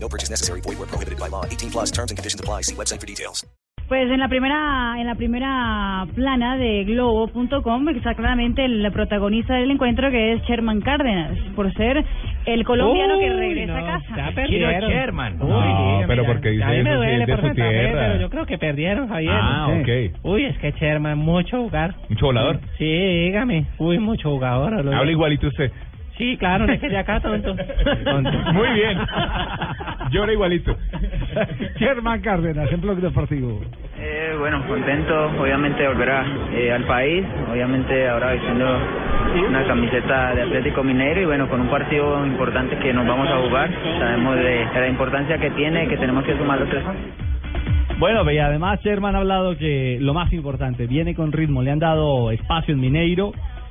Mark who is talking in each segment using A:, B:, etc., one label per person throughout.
A: No purchase necessary. Void where prohibited by law. 18 plus terms and conditions apply. See website for details.
B: Pues en la primera, en la primera plana de Globo.com está claramente el protagonista del encuentro que es Sherman Cárdenas, por ser el colombiano que regresa a casa.
C: Ya
D: Chino
C: perdieron.
D: Sherman.
C: Uy,
D: No,
C: dígame,
D: pero
C: ya.
D: porque dice
C: a mí me
D: eso, sí,
C: duele
D: es de
C: por
D: su
C: Santa Fe,
D: tierra.
C: pero yo creo que perdieron, Javier.
D: Ah,
C: Sí.
D: ok.
C: Uy, es que Sherman, mucho jugar.
D: ¿Mucho volador?
C: Sí, dígame. Uy, mucho jugador. Lo-
D: Habla igualito usted.
C: Sí, claro, no es que sea acá tonto. Tonto.
D: Muy bien. Llora igualito.
E: Germán Cárdenas, en Blog Deportivo.
F: Eh, bueno, contento, obviamente de volver a, eh, al país, obviamente ahora vistiendo una camiseta de Atlético Mineiro y bueno, con un partido importante que nos vamos a jugar, sabemos de, de la importancia que tiene, que tenemos que sumar los tres.
C: Bueno, y además Sherman ha hablado que lo más importante, viene con ritmo, le han dado espacio en Mineiro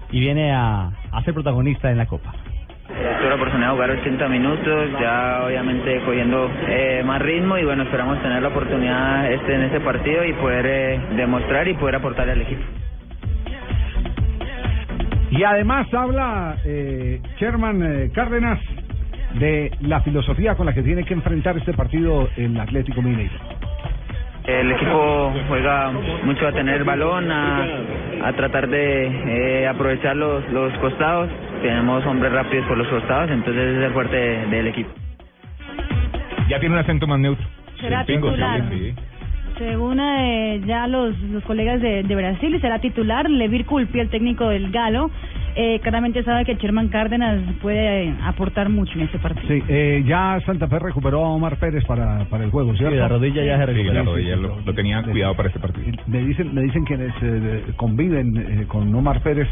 C: y viene a, a ser protagonista en la Copa.
F: Eh, tuve la oportunidad de jugar 80 minutos, ya obviamente cogiendo eh, más ritmo y bueno, esperamos tener la oportunidad este, en este partido y poder eh, demostrar y poder aportarle al equipo.
E: Y además habla eh, Sherman eh, Cárdenas de la filosofía con la que tiene que enfrentar este partido el Atlético Mineiro.
F: El equipo juega mucho a tener el balón, a, a tratar de eh, aprovechar los, los costados. Tenemos hombres rápidos por los costados, entonces es el fuerte de- del equipo.
D: Ya tiene un acento más neutro.
B: Será
D: El pingo,
B: titular.
D: sí, sí.
B: Según eh, ya los, los colegas de, de Brasil, será titular Levir Culpi, el técnico del Galo. Eh, claramente sabe que Sherman Cárdenas puede eh, aportar mucho en este partido.
E: Sí, eh, ya Santa Fe recuperó a Omar Pérez para, para el juego, ¿cierto?
C: rodilla ya se
D: Sí, la rodilla
E: sí,
D: lo,
E: sí.
D: lo tenía cuidado para este partido.
E: Me dicen, me dicen quienes eh, conviven eh, con Omar Pérez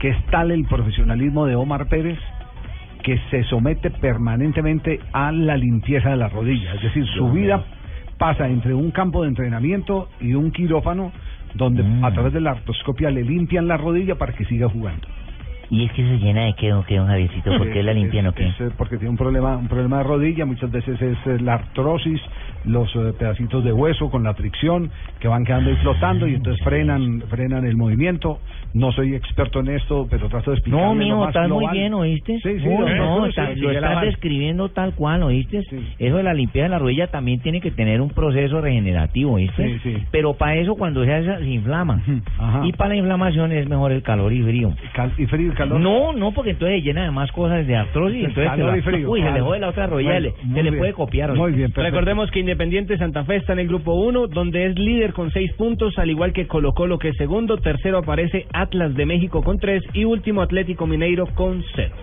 E: que es tal el profesionalismo de Omar Pérez que se somete permanentemente a la limpieza de la rodilla. Es decir, su vida pasa entre un campo de entrenamiento y un quirófano donde
D: Mm.
E: a través de la artroscopia le limpian la rodilla para que siga jugando.
G: ¿Y es que se llena de qué, don, qué, don Javiercito? ¿Por qué la limpian o
E: Es-
G: qué?
E: es, eh, porque tiene un problema, un problema de rodilla, muchas veces es eh, la artrosis, los eh, pedacitos de hueso con la fricción que van quedando ahí flotando y entonces frenan, frenan el movimiento. No soy experto en esto, pero trato de explicar.
G: No, mijo, estás muy bien, ¿oíste?
E: Sí, sí,
G: no,
E: doctor,
G: no,
E: sí,
G: está-
E: sí,
G: lo
E: ya la
G: estás
E: van.
G: describiendo tal cual, ¿oíste?
E: Sí.
G: Eso de la limpieza de la rodilla también tiene que tener un proceso regenerativo, ¿oíste?
E: Sí, sí.
G: Pero para eso, cuando se hace, se inflama.
E: Ajá.
G: Y para la inflamación es mejor el calor y frío.
E: Cal- y frío y calor.
G: No, no, porque entonces se llena de más cosas de artrosis.
E: El
G: Entonces te
E: calor
G: va-
E: y frío.
G: Uy, se le
E: Claro.
G: jode la otra rodilla,
E: Bueno,
G: le-
E: muy
G: se le
E: bien.
G: puede copiar. ¿oíste?
E: Muy bien, perfecto.
C: Recordemos que Independiente Santa Fe está en el grupo 1, donde es líder con 6 puntos, al igual que Colo Colo que es segundo, tercero aparece Atlas de México con 3 y último Atlético Mineiro con 0.